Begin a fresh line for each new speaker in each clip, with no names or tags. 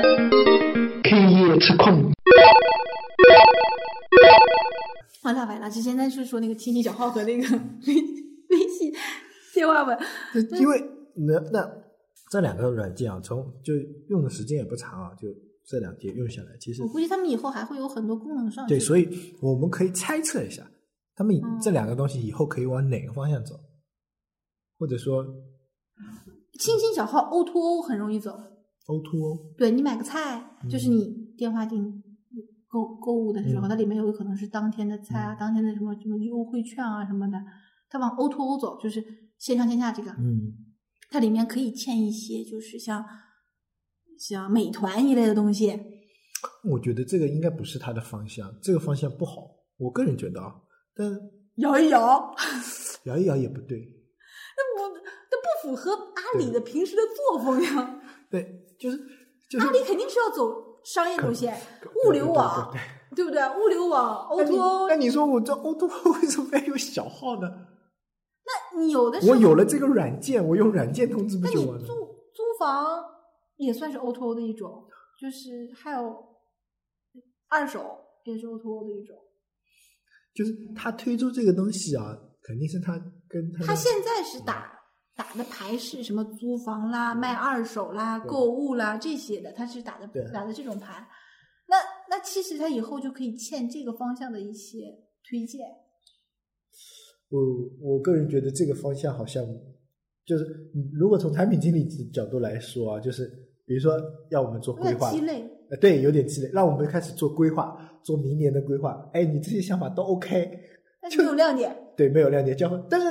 K 业之控。
完了完了，之前咱是说那个亲戚小号和那个 微微信电话本，
因为那那这两个软件啊，从就用的时间也不长啊，就这两天用下来，其实
我估计他们以后还会有很多功能上去。
对，所以我们可以猜测一下，他们以
嗯
这两个东西以后可以往哪个方向走，或者说
亲戚小号 O to O 很容易走，
O to O，
对你买个菜，就是你电话订购购物的时候，
嗯
它里面有可能是当天的菜啊，当天的什么什么优惠券啊什么的，它往 O to O 走，就是线上线下这个，
嗯，
它里面可以嵌一些就是像像美团一类的东西，
我觉得这个应该不是它的方向，这个方向不好，我个人觉得啊，但
摇 一摇，
摇一摇也不对，
那不那不符合阿里的平时的作风呀，
对，就是就是
阿里肯定是要走商业路线，
对
物流
对
网
对对对，
对不对？物流网 O
那你
to O，
那你说我这 O to O 为什么要用小号呢？
你有的时候
我有了这个软件，我用软件通知不
那
就
你
完了？
租租房也算是 O to O 的一种，就是还有二手也是 O to O 的一种。
就是他推出这个东西啊，肯定是他跟他
它
的
现在
嗯
是打打的牌是什么租房啦、卖二手啦、购物啦这些的，它是打的
对
打的这种牌。那那其实它以后就可以欠这个方向的一些推荐。
我我个人觉得这个方向好像就是，你如果从产品经理角度来说啊，就是比如说要我们做
有
规
点
划
鸡，肋，
呃，对，有点积累，让我们开始做规划，做明年的规划。哎，你这些想法都 OK，
但是没有亮点。
对，没有亮点交换，但是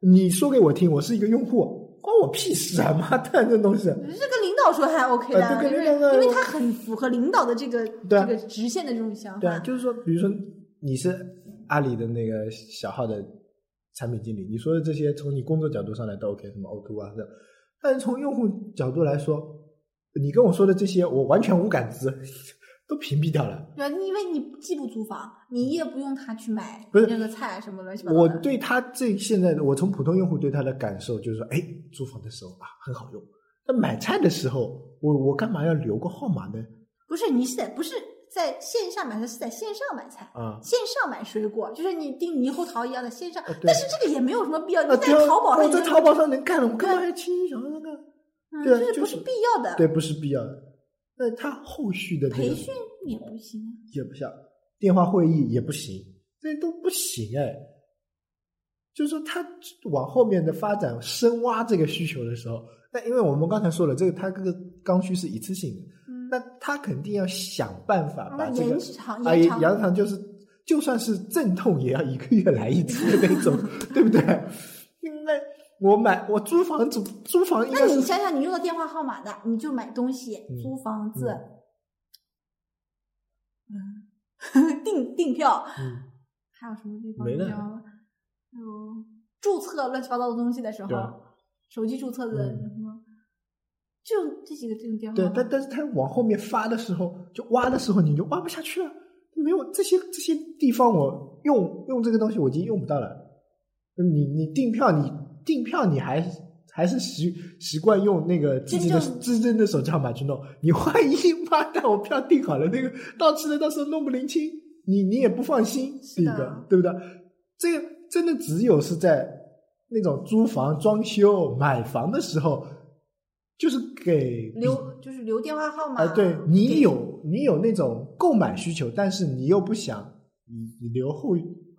你说给我听，我是一个用户，关我屁事啊！妈蛋，这东西。
这跟领导说还 OK 的，
呃对
因
跟
为
领导说
因为他很符合领导的这个
对啊
这个直线的这种想
对
法
啊，。就是说，比如说你是阿里的那个小号的产品经理，你说的这些从你工作角度上来都 OK，什么 O2 啊这，但是从用户角度来说，你跟我说的这些我完全无感知， 都屏蔽掉了。
对，因为你既不租房，你也不用他去买
不是
那个菜什么乱七八糟
我
的。
对他这现在的我从普通用户对他的感受就是说，哎，租房的时候啊很好用，那买菜的时候，我我干嘛要留个号码呢？
不是你是在不是在线下买菜，是在线上买菜，
啊、
线上买水果，就是你订猕猴桃一样的线上
啊对。
但是这个也没有什么必要，你
啊，
在
对啊
淘宝上
我
已
在
经
淘宝上能干了，我干嘛要亲小那个？
嗯
对啊
就是
就
不
是
必要的。
对，不是必要的。那他后续的这个
培训也不行啊。
也不像，电话会议也不行，这都不行哎。就是说，他往后面的发展深挖这个需求的时候，那因为我们刚才说了，这个它这个刚需是一次性的，
嗯，
那他肯定要想办法把
那
这个
延长
啊，
延长
杨长就是就算是阵痛也要一个月来一次的那 种，对不对？ 那我买我租房租租房应
那
该
你
是
想想，你用到电话号码的，你就买东西、
嗯
租房子、嗯， 订订票，
嗯
还有什么地方
没
你知
了
道吗？有注册乱七八糟的东西的时
对啊
候，手机注册的
嗯
什么，就这几个这种电话
对
号，码。
但但是他往后面发的时候，就挖的时候，你就挖不下去了。没有这些这些地方，我用用这个东西我已经用不到了。嗯你你订票，你订票，你还还是习习惯用那个自己的
真正
自真的手机号码去弄。你万一 妈蛋，我票订好了，那个到期了，到时候弄不灵清，你你也不放心。
是
第一
的
个，对不对？这个真的只有是在那种租房、装修、买房的时候，就是给比
留就是留电话号码。
啊，对你有你有那种购买需求，但是你又不想你你留后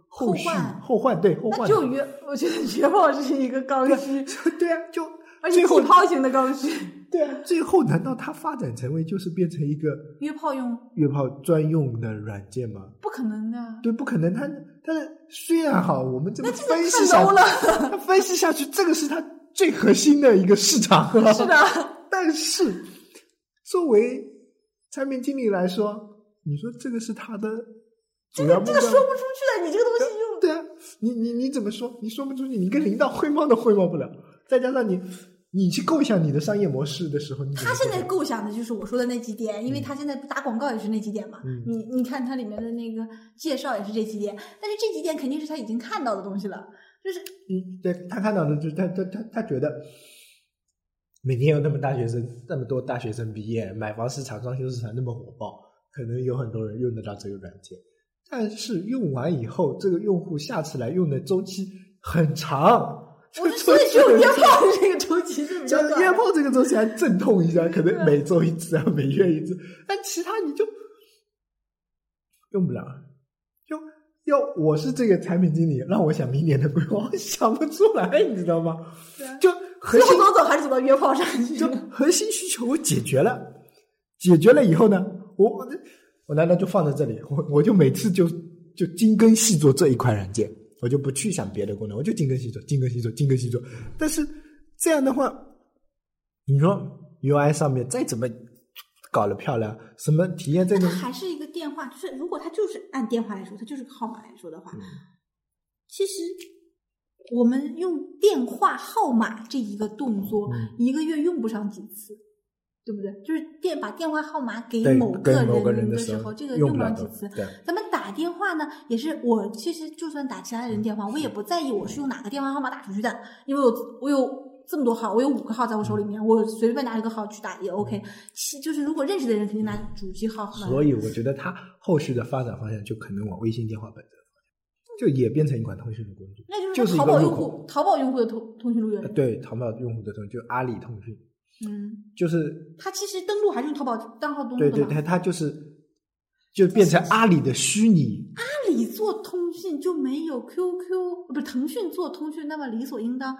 后
后续
患
后患对后
那
患
就约，我觉得约炮是一个刚需，
对啊，就
而且
最后
气泡型的刚需。
对啊，最后难道它发展成为就是变成一个
约炮用
约炮专用的软件吗？
不可能的，
对，不可能。它它虽然哈，我们这么分析
太
下
low
去，
了。
它分析下去，这个是它最核心的一个市场。
是的。
但是作为产品经理来说，你说这个是他的主要目
这
标
个说
吗。
不出去了，你这个东西用
对啊，你你你怎么说？你说不出去，你跟领导汇报都汇报不了。再加上你，你去构想你的商业模式的时候，你怎么
他现在
构
构想的就是我说的那几点，因为他现在打广告也是那几点嘛。
嗯
你你看它里面的那个介绍也是这几点，但是这几点肯定是他已经看到
嗯
的东西了，就是
你对他看到的就是他他他他觉得每年有那么大学生，那么多大学生毕业，买房市场、装修市场那么火爆，可能有很多人用得到这个软件。但是用完以后，这个用户下次来用的周期很长，
我
这
就所以
周期
就
很
约
长
炮这个周期就比较
讲
短
约。炮这个东西还阵痛一下，可能每周一次啊，每月一次，但其他你就用不了。就要我是这个产品经理，让我想明年的规划，我想不出来，你知道吗？
对啊
就核
最后
心
走走还是走到约炮上去。
就核心需求我解决了，解决了以后呢，我我我难道就放在这里？我我就每次就就精耕细作这一块软件，我就不去想别的功能，我就精耕细作，精耕细作，精耕细作。但是这样的话，你说 UI 上面再怎么搞得漂亮，什么体验再
它
怎么，
还是一个电话，就是如果它就是按电话来说，它就是个号码来说的话，其实我们用电话号码这一个动作，
嗯
一个月用不上几次，对不对？就是电把电话号码给
对
某个
跟
人
某个人
的
时
候，这个用
用不
不
了
上
多
几次。
对，
咱们打电话呢，也是我其实就算打其他
嗯
人电话，我也不在意我是用哪个电话号码打出去的，因为我我有这么多号，我有五个号在我手里
嗯
面，我随便拿一个号去打也 OK。其就是如果认识的人，肯定拿主机号码。
所以我觉得它后续的发展方向就可能往微信电话本身的方向，就也变成一款通讯的工具。
那
就
就是是
一
淘
个
宝
入
用
口
户，淘宝用户的通通讯录
呃
源。
对，淘宝用户的通就阿里通讯，
嗯，
就是
他其实登录还是用淘宝账号登
对
录的
对，
嘛。
它它就是就变成阿里的虚拟，
阿里做通讯就没有 QQ，不是腾讯做通讯那么理所应当。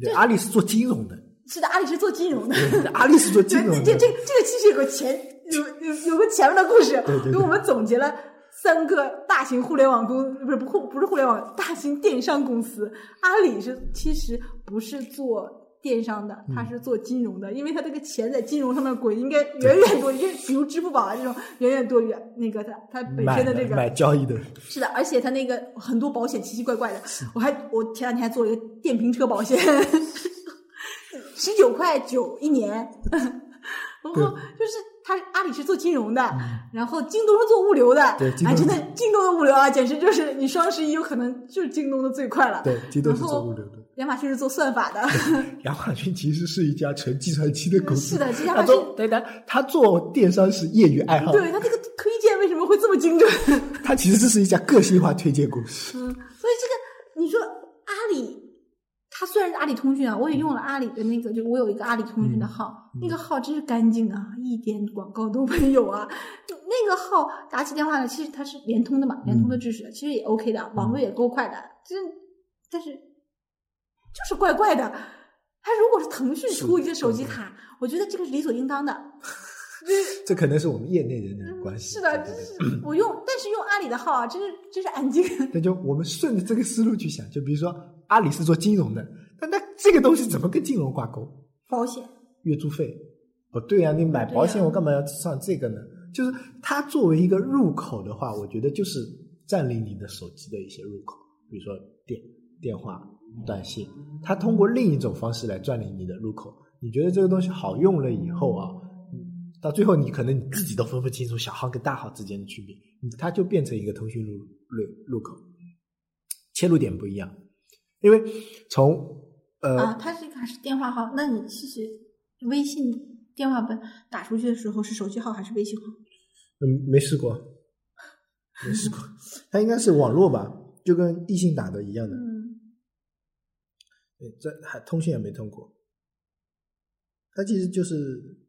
对阿里是做金融的，
是的，阿里是做金融的。
阿里是做金
这
融
这
的，
这这这个其实有个前有有有个前面的故事，
对对对
给我们总结了三个大型互联网公不是不互不是互联网大型电商公司，阿里是其实不是做。电商的，
嗯
它是做金融的，因为它这个钱在金融上面滚，应该远远多于，比如支付宝啊这种，远远多于那个它它本
买
身的这个
买交易的，
是的，而且它那个很多保险奇奇怪怪的，我还我前两天还做了一个电瓶车保 险，十九块九一年，然后
对嗯
就是它阿里是做金融的，然后京东是做物流的，
对京东
哎，真的京东的物流啊，简直就是你双十一有可能就是京东的最快了，
对，京东是做物流
然
的。
亚马逊是做算法的，
亚马逊其实是一家纯计算机的公司，
是的这家
它做，对它它做电商是业余爱好，
对它这个推荐为什么会这么精准？
它其实是一家个性化推荐公司。
嗯，所以这个你说阿里，它虽然是阿里通讯啊，
嗯
我也用了阿里的那个，就我有一个阿里通讯的号，那个号真是干净啊，一点广告都没有啊。就那个号打起电话来，其实它是联通的嘛，联
嗯
通的支持的，其实也 OK 的，网络也够快的，就是但是就是怪怪的。它如果是腾讯出一个手机卡，我觉得这个是理所应当的。
这可能是我们业内人的
嗯
关系。
是的，
对
就
对对
是我用，但是用阿里的号啊，真是真是安静。
那就我们顺着这个思路去想，就比如说阿里是做金融的，但那这个东西怎么跟金融挂钩？
保险。
月租费？不对啊，你买保险
对啊
我干嘛要上这个呢？就是它作为一个入口的话，我觉得就是占领你的手机的一些入口，比如说电电话、短信，它通过另一种方式来占领你的入口。你觉得这个东西好用了以后啊，嗯到最后你可能你自己都分不清楚小号跟大号之间的区别，你它就变成一个通讯入入入口，切入点不一样，因为从呃、
啊，它这个还是电话号，那你其实微信电话本打出去的时候是手机号还是微信号？
嗯，没试过， 没试过。它应该是网络吧，就跟异性打的一样的。
嗯，
对，这还通讯也没通过。它其实就是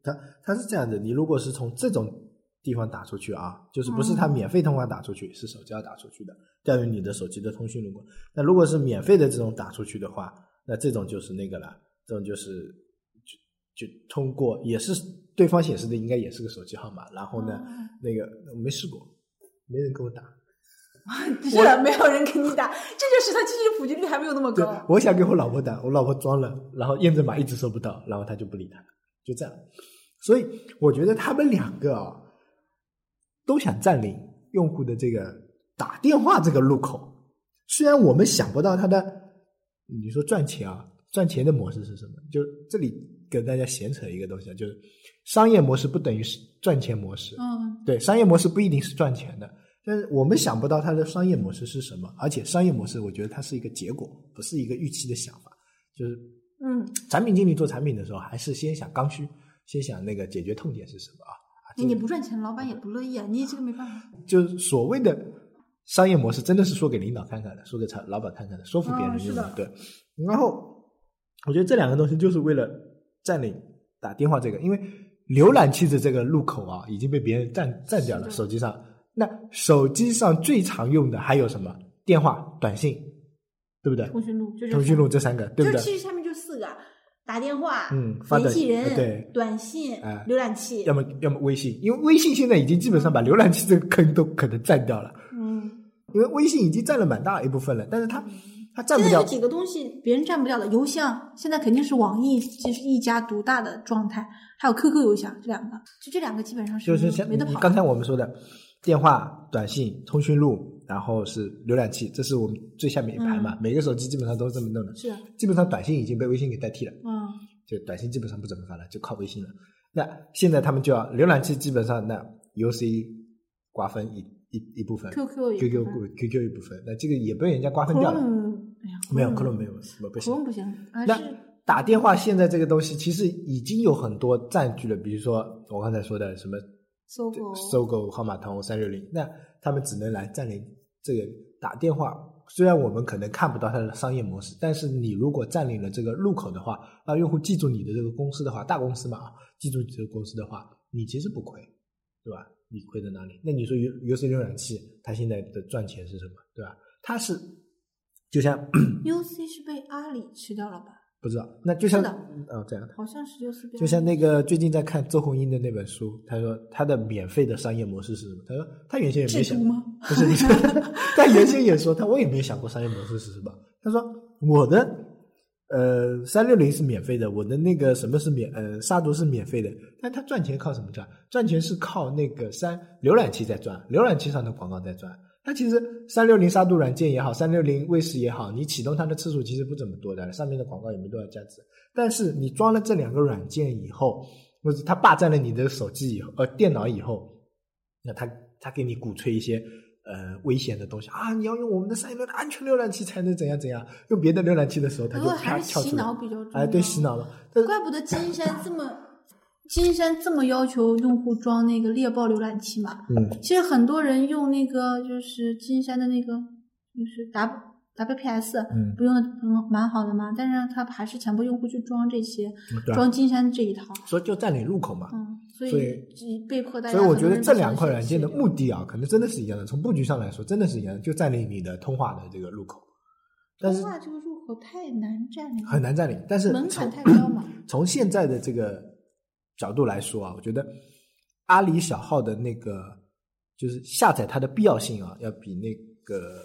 它，它是这样的。你如果是从这种地方打出去啊，就是不是它免费通话打出去，是手机号打出去的，调用你的手机的通讯录管。那如果是免费的这种打出去的话，那这种就是那个了，这种就是就就通过也是对方显示的应该也是个手机号码，然后呢，
嗯
那个我没试过，没人跟我打。
是的，没有人给你打，这就是它其实普及率还没有那么
对
高，。
我想给我老婆打，我老婆装了，然后验证码一直收不到，然后她就不理他，就这样。所以我觉得他们两个啊、都想占领用户的这个打电话这个入口。虽然我们想不到它的，你说赚钱啊，赚钱的模式是什么？就这里跟大家闲扯一个东西啊，就是商业模式不等于是赚钱模式。
嗯，
对，商业模式不一定是赚钱的，但是我们想不到它的商业模式是什么，而且商业模式我觉得它是一个结果，不是一个预期的想法。就是
嗯，
产品经理做产品的时候，还是先想刚需，先想那个解决痛点是什么啊？啊这
你
个
你不赚钱，老板也不乐意啊，你这个没办法。
就是所谓的商业模式，真的是说给领导看看的，说给产老板看看的，说服别人
嗯是
用
的
对。然后我觉得这两个东西就是为了占领打电话这个，因为浏览器的这个入口啊已经被别人占占掉了，
是的
手机上。那手机上最常用的还有什么？电话、短信，对不对？
通讯录就是
通讯录这三个，对不
就
对？
其实下面就四个：打电话、
嗯发
联
短
系
信
人、
对
短信、
哎
浏览器
要。么要么微信，因为微信现在已经基本上把浏览器这个坑都可能占掉了，
嗯，
因为微信已经占了蛮大一部分了，但是它它
现
占不
在
掉
有几个东西别人占不掉的，邮箱现在肯定是网易这是一家独大的状态，还有 QQ 邮箱这两个，就这两个基本上是
就
没
是
得
像
嗯没得
你
跑
刚。才我们说的，电话、短信、通讯录，然后是浏览器，这是我们最下面一排
嗯
嘛。每个手机基本上都是这么弄的，
是，
基本上短信已经被微信给代替了，
嗯，
就短信基本上不怎么发了，就靠微信了。那现在他们就要浏览器基本上那 UC 瓜分一一一部分
QQ 也
，QQ
不分
QQ 一部分，那这个也被人家瓜分掉了。
Chrome 哎呀
没有
Chrome
，Chrome 没有，什么不行。
Chrome 不行，还
那
是
打电话现在这个东西其实已经有很多占据了，比如说我刚才说的什么
搜狗
搜狗号码通三六零，那他们只能来占领这个打电话。虽然我们可能看不到它的商业模式，但是你如果占领了这个入口的话，让用户记住你的这个公司的话，大公司嘛啊，记住你这个公司的话，你其实不亏，对吧？你亏在哪里？那你说 U U C 浏览器它现在的赚钱是什么，对吧？它是就像
UC 是被阿里吃掉了吧？
不知道，那就像
是的
哦这样，
好像是 UC 被
就像那个最近在看周鸿祎的那本书，他说他的免费的商业模式是什么？他说他原先也没
制
想
度，吗？
不是不 是，他原先也说他我也没想过商业模式是什么。他说我的呃三六零是免费的，我的那个什么是免呃杀毒是免费的，但他赚钱靠什么赚？赚钱是靠那个三浏览器在赚，浏览器上的广告在赚。它其实三六零杀毒软件也好，三六零卫士也好，你启动它的次数其实不怎么多的，上面的广告也没多少价值。但是你装了这两个软件以后，或者它霸占了你的手机以后，呃，电脑以后，那它它给你鼓吹一些呃危险的东西啊，你要用我们的三六零安全浏览器才能怎样怎样，用别的浏览器的时候，它
不
就
过
啪
哦还是
跳
洗
出来
脑，比较重要。
哎，对，洗。脑了。但是
怪不得金山这么，金山这么要求用户装那个猎豹浏览器嘛。
嗯，
其实很多人用那个就是金山的那个就是 W WPS，
嗯
不用的很蛮好的嘛，但是他还是强迫用户去装这些，
对啊，
装金山这一套。
所以就占领入口嘛。
嗯，所
所
以
以
只被迫大家
所以我
很
觉
多
得
人
这
都
两
想
块
学
软件的
习
目的啊，可能真的是一样的。从布局上来说，真的是一样的，就占领你的通话的这个入口，但是
通话这个入口太难占领，
很难占领。但是
门槛
从
太高嘛。
从现在的这个角度来说啊，我觉得阿里小号的那个就是下载它的必要性啊，要比那个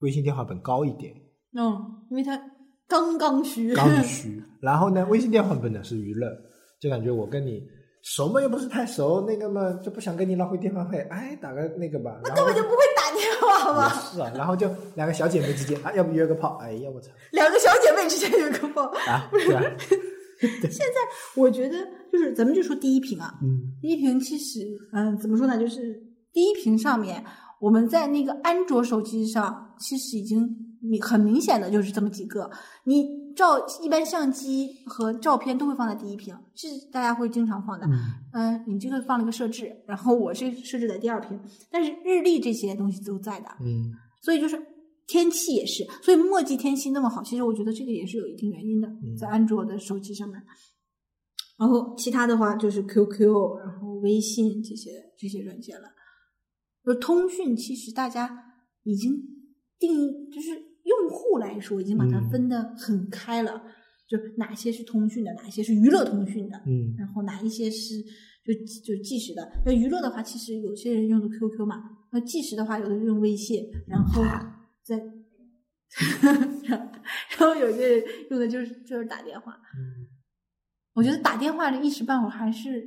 微信电话本高一 点，
嗯，因为它刚刚需，
刚需。然后呢，微信电话本呢是娱乐，就感觉我跟你熟嘛，又不是太熟，那个嘛就不想跟你浪费电话费，哎，打个那个吧。然
根
后
本就不会打电话
也
吧？
是啊，然后就两个小姐妹之间啊，要不约个炮，哎呀我操
两个小姐妹之间有个 抱。
啊，对啊，
我觉得就是咱们就说第一屏啊，
嗯
第一屏其实嗯怎么说呢，就是第一屏上面我们在那个安卓手机上其实已经明很明显的就是这么几个，你照一般相机和照片都会放在第一屏，是大家会经常放的。
嗯。
嗯，你这个放了个设置，然后我是设置在第二屏，但是日历这些东西都在的，
嗯
所以就是天气也是，所以墨迹天气那么好，其实我觉得这个也是有一定原因的，在安卓的手机上面。然后其他的话就是 QQ，然后微信这些这些软件了。就通讯，其实大家已经定义，就是用户来说已经把它
嗯
分得很开了，就哪些是通讯的，哪些是娱乐通讯的，
嗯
然后哪一些是就就即时的。那娱乐的话，其实有些人用的 QQ 嘛，那即时的话，有的人用微信，然后 再，然后有些人用的就是就是打电话。
嗯
我觉得打电话这一时半会儿还是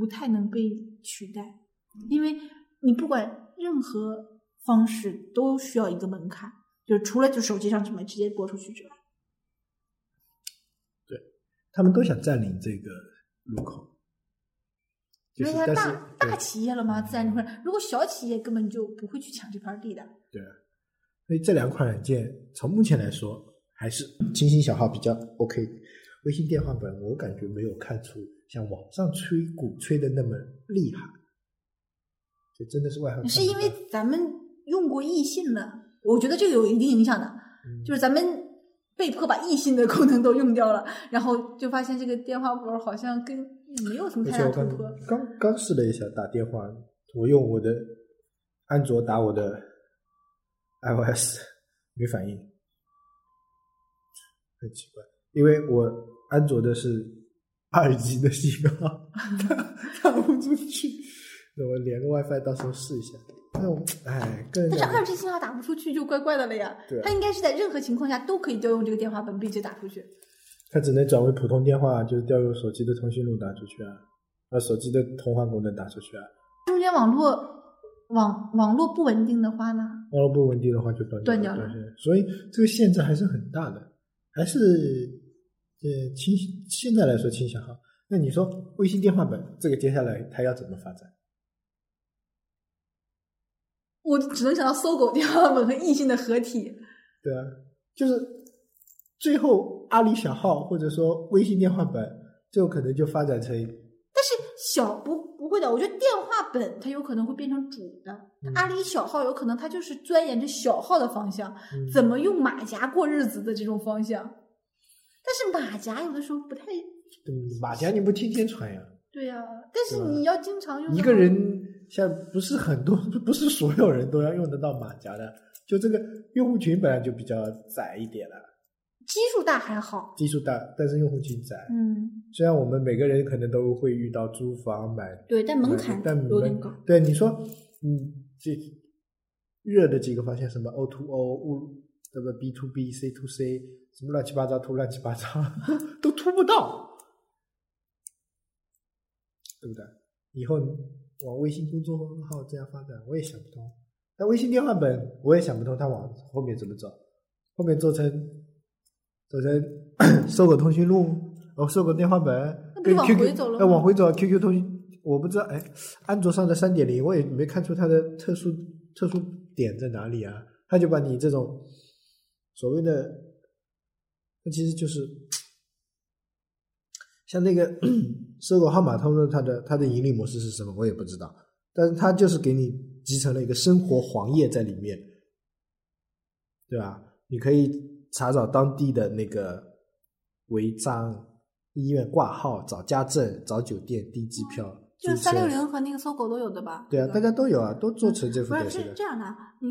不太能被取代，因为你不管任何方式都需要一个门槛，就是除了就手机上这么直接拨出去之外，
他们都想占领这个入口，
因
就
为它
是但是
大大企业了嘛，自然就会。如果小企业根本就不会去抢这块地的。
对，对所以这两款软件从目前来说还是清新小号比较 OK。微信电话本我感觉没有看出像网上吹鼓吹的那么厉害，这真的是外行看不
是
到。
因为咱们用过异性了，我觉得这个有一定影响的，
嗯
就是咱们被迫把异性的功能都用掉了，然后就发现这个电话簿好像跟没有什么
而
太
且
大
我
突
刚
破。
刚刚试了一下打电话，我用我的安卓打我的 iOS 没反应，很奇怪，因为我安卓的是二 G 的信号，打不出去。那我连个 WiFi 到时候试一下。那我哎，个人
但是
感
二
觉
G 信号打不出去就怪怪的了呀
对啊，
它应该是在任何情况下都可以调用这个电话本，并且打出去。
它只能转为普通电话，就是调用手机的通讯录打出去啊，把手机的通话功能打出去啊。
中间网络网网络不稳定的话呢，
网络不稳定的话就断
断
掉
掉了
线所以这个限制还是很大的，还是呃倾现在来说倾向哈。那你说微信电话本这个接下来它要怎么发展？
我只能想到搜狗电话本和异性的合体。
对啊，就是最后阿里小号或者说微信电话本，最后可能就发展成
但是小不不会的，我觉得电话本它有可能会变成主的，
嗯
阿里小号有可能它就是钻研着小号的方向，
嗯
怎么用马甲过日子的这种方向。但是马甲有的时候不太
嗯马甲你不天天穿呀？
对呀、但是
对啊
你要经常用
一
的
个
话
人像不是很多，不是所有人都要用得到马甲的，就这个用户群本来就比较窄一点了，
基数大还好，
基数大，但是用户群窄。
嗯，
虽然我们每个人可能都会遇到租房、买，
对，但门
买
槛
但
有
门
点高。
对你说，嗯，这热的几个方向，什么 O to O、物什么 B to B、C to C，什么乱七八糟、突乱七八糟，都突不到，对不对？以后往微信公众号这样发展，我也想不通。那微信电话本我也想不通，它往后面怎么走？后面做成做成 搜狗通讯录，然后搜狗电话本
那，不是
跟
往
QQ
回走了吗
那往回走啊，QQ 通讯，我不知道，哎，安卓上的三点零，我也没看出它的特殊特殊点在哪里啊？它就把你这种所谓的，那其实就是像那个 搜狗号码通的，它的它的盈利模式是什么，我也不知道。但是它就是给你集成了一个生活黄页在里面，对吧？你可以查找当地的那个违章、医院挂号、找家政、找酒店、订机票、
就是
租车
三六零和那个搜狗都有的吧？
对啊，
吧
大家都有啊，都做成这副
不是
德行
是
的。
这样的，啊你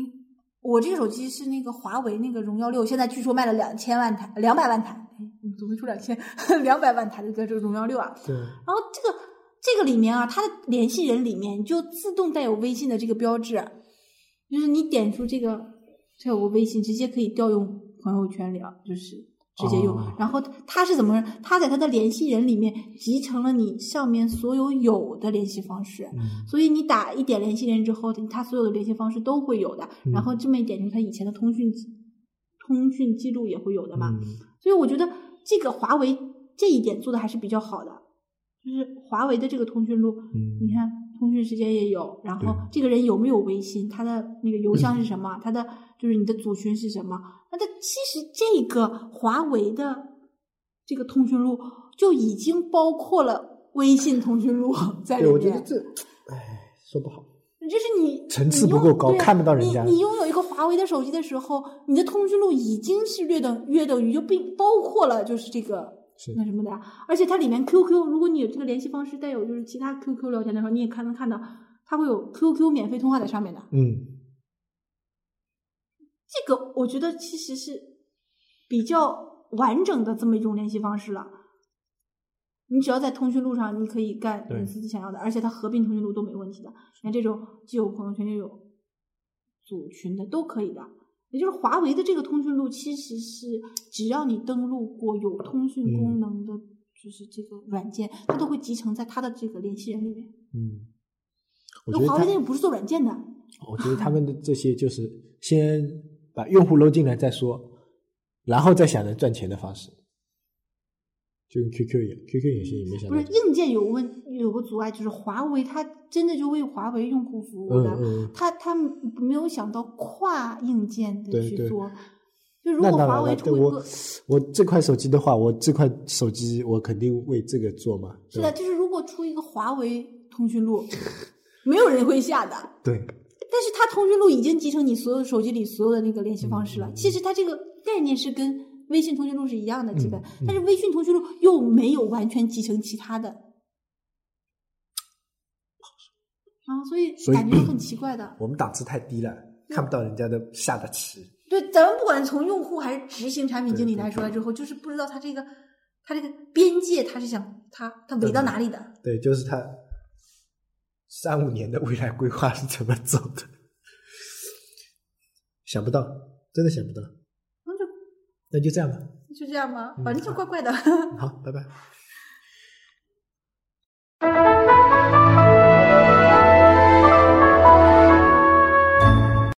我这个手机是那个华为那个荣耀六，现在据说卖了两千万台，两百万台，哎，你怎么出两千？ 两百万台的这个荣耀六啊。
对，
然后这个这个里面啊，它的联系人里面就自动带有微信的这个标志，就是你点出这个，它有个微信，直接可以调用朋友圈里啊，就是直接用。
哦
然后它是怎么？它在它的联系人里面集成了你上面所有有的联系方式。
嗯，
所以你打一点联系人之后，他所有的联系方式都会有的，
嗯
然后这么一点就是他以前的通讯记通讯记录也会有的嘛。
嗯
所以我觉得这个华为这一点做的还是比较好的，就是华为的这个通讯录，
嗯
你看通讯时间也有，然后这个人有没有微信，他的那个邮箱是什么， 他的就是你的组群是什么，那它其实这个华为的这个通讯录就已经包括了。微信通讯录 在里
对，
面，
我觉得这，哎，说不好。
就是你
层次不够高
你用
看不到人家
对啊你你拥有一个华为的手机的时候，你的通讯录已经是略等约等于就并包括了就是这个
是
那什么的啊，而且它里面 QQ，如果你有这个联系方式带有就是其他 QQ 聊天的时候，你也看能看到它会有 QQ 免费通话在上面的。
嗯，
这个我觉得其实是比较完整的这么一种联系方式了。你只要在通讯录上，你可以干
对
你自己想要的，而且它合并通讯录都没问题的。像这种既有朋友圈，又有组群的都可以的。也就是华为的这个通讯录，其实是只要你登录过有通讯功
嗯
能的，就是这个软件，它都会集成在它的这个联系人里面。
嗯，我
那
觉得
华
他
为那个不是做软件的，
我觉得哦他们的这些就是先把用户搂进来再说，然后再想着赚钱的方式，就跟 QQ 一样，QQ 有些也没想
不
到
是
这个。
硬件有问有个阻碍，就是华为它真的就为华为用户服务
嗯
的，
嗯，嗯
它它没有想到跨硬件的
对
去
对
做，就如
那
果
当
华
然
为
了，对
出一
我
个，
我这款手机的话，我这款手机我肯定为这个做嘛，
是
对
的，
吧？
就是如果出一个华为通讯录，没有人会下的。
对，
但是它通讯录已经集成你所有手机里所有的那个联系方式了。
嗯嗯
其实它这个概念是跟微信通讯录是一样的，基本，
嗯嗯
但是微信通讯录又没有完全集成其他的。啊，所以
所以
感觉很奇怪的。
我们档次太低了，看不到人家的下的棋。
对，咱们不管从用户还是执行产品经理来说了之后，就是不知道他这个他这个边界他是想他他围到哪里的。啊
对，就是他三五年的未来规划是怎么走的， 想不到，真的想不到。
那
那就这样吧，
就就这样吧，
嗯
反正就怪怪的。
好，拜拜。